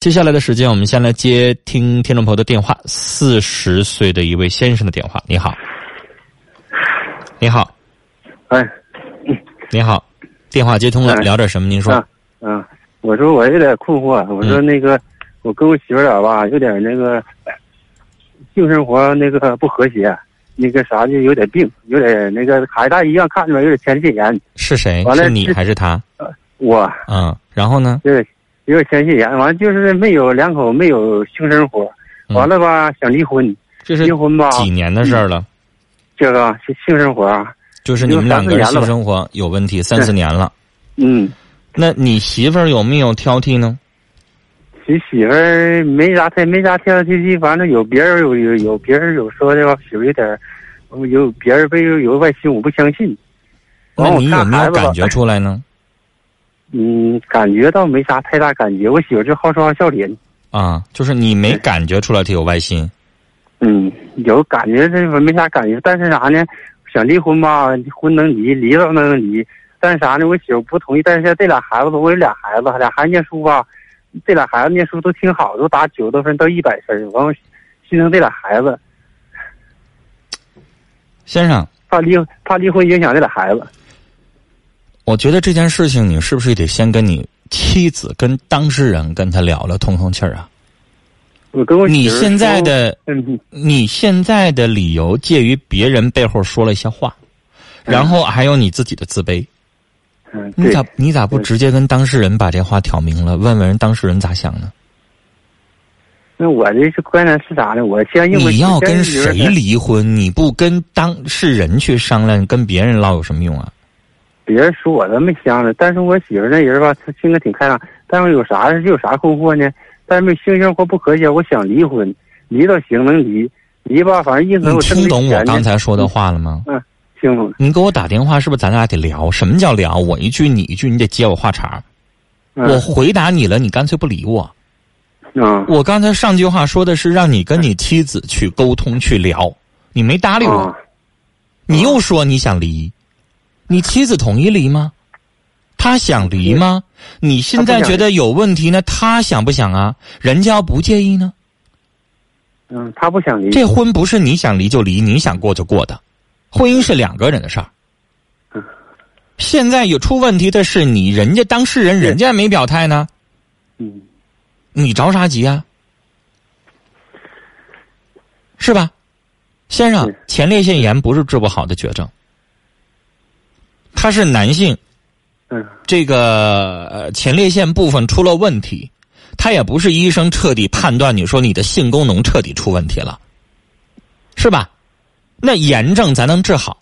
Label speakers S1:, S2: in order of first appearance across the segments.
S1: 接下来的时间，我们先来接听听众朋友的电话。四十岁的一位先生的电话。你好，你好，
S2: 哎，
S1: 你好，电话接通了，
S2: 哎
S1: 聊点什么？您说
S2: 啊。嗯、我说我有点困惑，我
S1: 嗯
S2: 说那个、我跟我媳妇儿俩吧，有点那个性生活那个不和谐，那个啥就有点病，有点那个海大医院看出来有点前列腺炎，
S1: 是谁？
S2: 完了
S1: 是你
S2: 是
S1: 还是他？
S2: 我
S1: 嗯，然后呢？
S2: 有点有点前列腺炎，完了就是没有两口没有性生活，
S1: 嗯
S2: 完了吧想离婚，
S1: 这是
S2: 离婚吧
S1: 几年的事儿了？
S2: 这个性性生活啊，
S1: 就是你们两个
S2: 有
S1: 人
S2: 嗯三四年了
S1: 性
S2: 吧
S1: 生活有问题，三
S2: 是
S1: 四年了。
S2: 嗯，
S1: 那你媳妇儿有没有挑剔呢？
S2: 其媳妇儿没啥太没啥挑挑剔剔，反正有别人有有有别人有说的吧，媳妇儿有点儿，嗯有别人被有外心，我不相信。
S1: 那
S2: 完我
S1: 你有
S2: 看
S1: 没
S2: 孩
S1: 有
S2: 子吧
S1: 感觉出来呢？
S2: 嗯，感觉到没啥太大感觉。我媳妇儿就好说好笑脸，
S1: 啊，就是你没
S2: 是
S1: 感觉出来她有外心。
S2: 嗯，有感觉这没啥感觉，但是啥呢？想离婚吧，婚能离，离了能离，但是啥呢？我媳妇儿不同意。但是这俩孩子吧，我有俩孩子，俩孩子念书吧，这俩孩子念书都挺好，都打九十多分到一百分儿，完我心疼这俩孩子。
S1: 先生，
S2: 怕离怕离婚影响这俩孩子。
S1: 我觉得这件事情，你是不是得先跟你妻子、跟当事人跟他聊聊，通通气儿啊？
S2: 我跟我
S1: 你
S2: 媳妇儿
S1: 现在
S2: 说，
S1: 的
S2: 嗯，
S1: 你现在的理由介于别人背后说了一些话，然后还有你自己的自卑，
S2: 嗯，
S1: 你
S2: 对，
S1: 咋你咋不
S2: 对
S1: 直接跟当事人把这话挑明了，问问人当事人咋想呢？
S2: 那我这是观点是啥呢？我相信我
S1: 你要跟
S2: 媳妇儿
S1: 谁
S2: 呢
S1: 离婚？你不跟当事人去商量，跟别人唠有什么用啊？
S2: 别人说我都没想着，但是我媳妇儿那人吧，她性格挺开朗，但是有啥有啥困惑呢？但是没性生活不和谐，我想离婚，离倒行能离，离吧，反正意思
S1: 你
S2: 我挣
S1: 听
S2: 没
S1: 懂我
S2: 钱嗯
S1: 刚
S2: 呢，
S1: 才说的话了吗？
S2: 听懂了，
S1: 你给我打电话，是不是咱俩得聊？什么叫聊？我一句你一句，你得接我话茬儿。我
S2: 嗯
S1: 回答你了，你干脆不理我。
S2: 嗯
S1: 我刚才上句话说的是让你跟你妻子去沟通去聊，你没搭理我。
S2: 嗯
S1: 你又说你想离，你妻子同意离吗？她想离吗？
S2: 嗯
S1: 你现在觉得有问题呢？她想不想啊？人家要不介意呢？
S2: 嗯，她不想离，
S1: 这婚不是你想离就离，你想过就过的，婚姻是两个人的事儿
S2: 嗯。
S1: 现在有出问题的是你，人家当事人人家没表态呢，
S2: 嗯
S1: 你着啥急啊？是吧，先生
S2: 是？
S1: 前列腺炎不是治不好的绝症，它是男性
S2: 嗯
S1: 这个呃前列腺部分出了问题，他也不是医生彻底判断你说你的性功能彻底出问题了，是吧？那炎症咱能治好，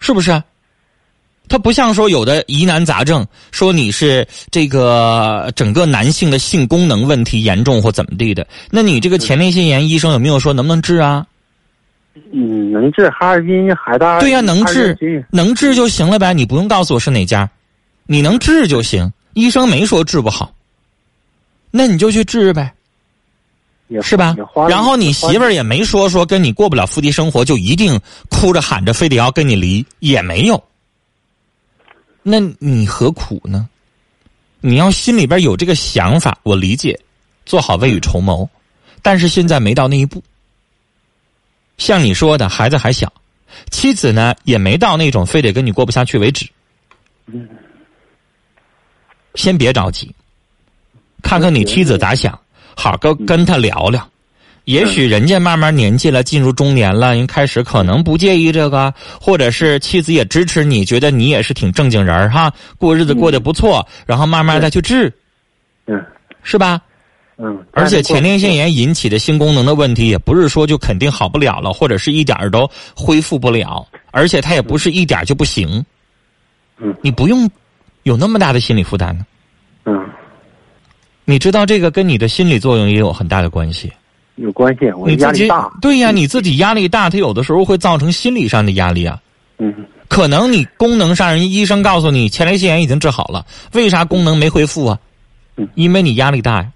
S1: 是不是？它不像说有的疑难杂症，说你是这个整个男性的性功能问题严重或怎么地的，那你这个前列腺炎医生有没有说能不能治啊？
S2: 嗯，能治哈尔滨海大
S1: 对呀、能
S2: 哈尔
S1: 治
S2: 滨
S1: 能治就行了呗，你不用告诉我是哪家，你能治就行。医生没说治不好，那你就去治呗，
S2: 也
S1: 是吧
S2: 也花？了
S1: 然后你
S2: 也花
S1: 媳妇儿也没说说跟你过不了夫妻生活，就一定哭着喊着非得要跟你离，也没有。那你何苦呢？你要心里边有这个想法，我理解，做好未雨绸缪，但是现在没到那一步。像你说的，孩子还小，妻子呢也没到那种非得跟你过不下去为止。先别着急，看看你妻子咋想，好跟跟他聊聊。也许人家慢慢年纪了，进入中年了，人开始可能不介意这个，或者是妻子也支持你，觉得你也是挺正经人儿哈，过日子过得不错，然后慢慢再去治，
S2: 嗯
S1: 是吧？
S2: 嗯，
S1: 而且前列腺炎引起的性功能的问题，也不是说就肯定好不了了，或者是一点儿都恢复不了，而且它也不是一点儿就不行。
S2: 嗯，
S1: 你不用有那么大的心理负担呢。
S2: 嗯
S1: 你知道这个跟你的心理作用也有很大的关系。
S2: 有关系，我
S1: 你
S2: 压
S1: 自
S2: 力
S1: 己
S2: 大，
S1: 对呀，你自己压力大，它有的时候会造成心理上的压力啊。
S2: 嗯
S1: 可能你功能上，人家医生告诉你前列腺炎已经治好了，为啥功能没恢复啊
S2: 嗯？
S1: 因为你压力大呀。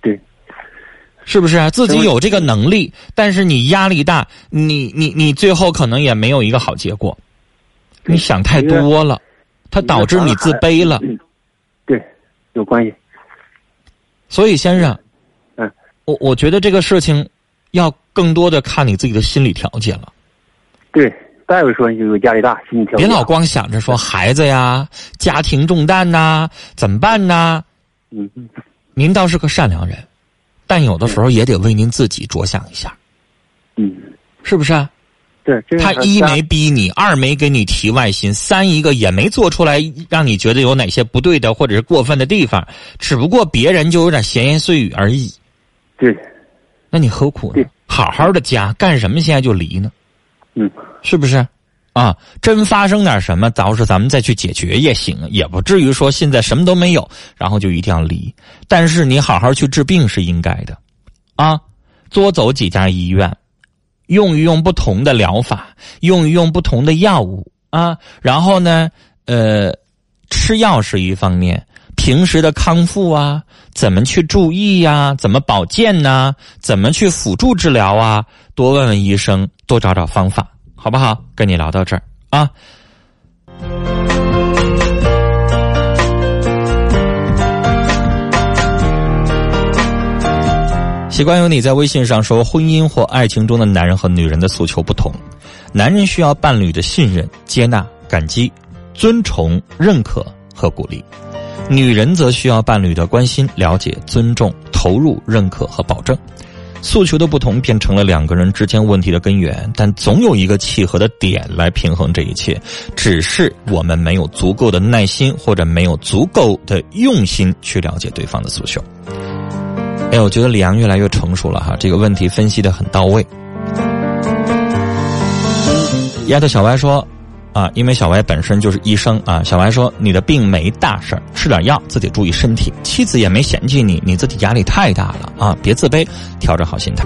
S2: 对，
S1: 是不是啊？自己有这个能力，但是你压力大，你你你最后可能也没有一个好结果。
S2: 对
S1: 你想太多啊了，它导致你自卑了。
S2: 嗯，对，有关系，
S1: 所以先生，
S2: 嗯，
S1: 我我觉得这个事情要更多的看你自己的心理条件了。
S2: 对，大夫说有压力大，心理调节
S1: 别老光想着说孩子呀、家庭重担呐、怎么办呐？
S2: 嗯，嗯
S1: 您倒是个善良人，但有的时候也得为您自己着想一下，
S2: 嗯，
S1: 是不是啊？
S2: 对，这个
S1: 他
S2: 好
S1: 一
S2: 像
S1: 没逼你，二没给你提外心，三一个也没做出来让你觉得有哪些不对的或者是过分的地方，只不过别人就有点闲言碎语而已。
S2: 对，
S1: 那你何苦呢
S2: 对？
S1: 好好的家，干什么现在就离呢？
S2: 嗯，
S1: 是不是？啊，真发生点什么，到时候咱们再去解决也行，也不至于说现在什么都没有，然后就一定要离。但是你好好去治病是应该的，啊，多走几家医院，用一用不同的疗法，用一用不同的药物啊。然后呢，呃，吃药是一方面，平时的康复啊，怎么去注意呀、怎么保健呐、怎么去辅助治疗啊？多问问医生，多找找方法，好不好？跟你聊到这儿啊。习惯有你在微信上说，婚姻或爱情中的男人和女人的诉求不同，男人需要伴侣的信任、接纳、感激、尊崇、认可和鼓励，女人则需要伴侣的关心、了解、尊重、投入、认可和保证。诉求的不同变成了两个人之间问题的根源，但总有一个契合的点来平衡这一切，只是我们没有足够的耐心或者没有足够的用心去了解对方的诉求。哎，我觉得李阳越来越成熟了哈，这个问题分析的很到位。丫头小歪说：“啊，因为小歪本身就是医生啊，小歪说你的病没大事儿，吃点药，自己注意身体。妻子也没嫌弃你，你自己压力太大了啊，别自卑，调整好心态。”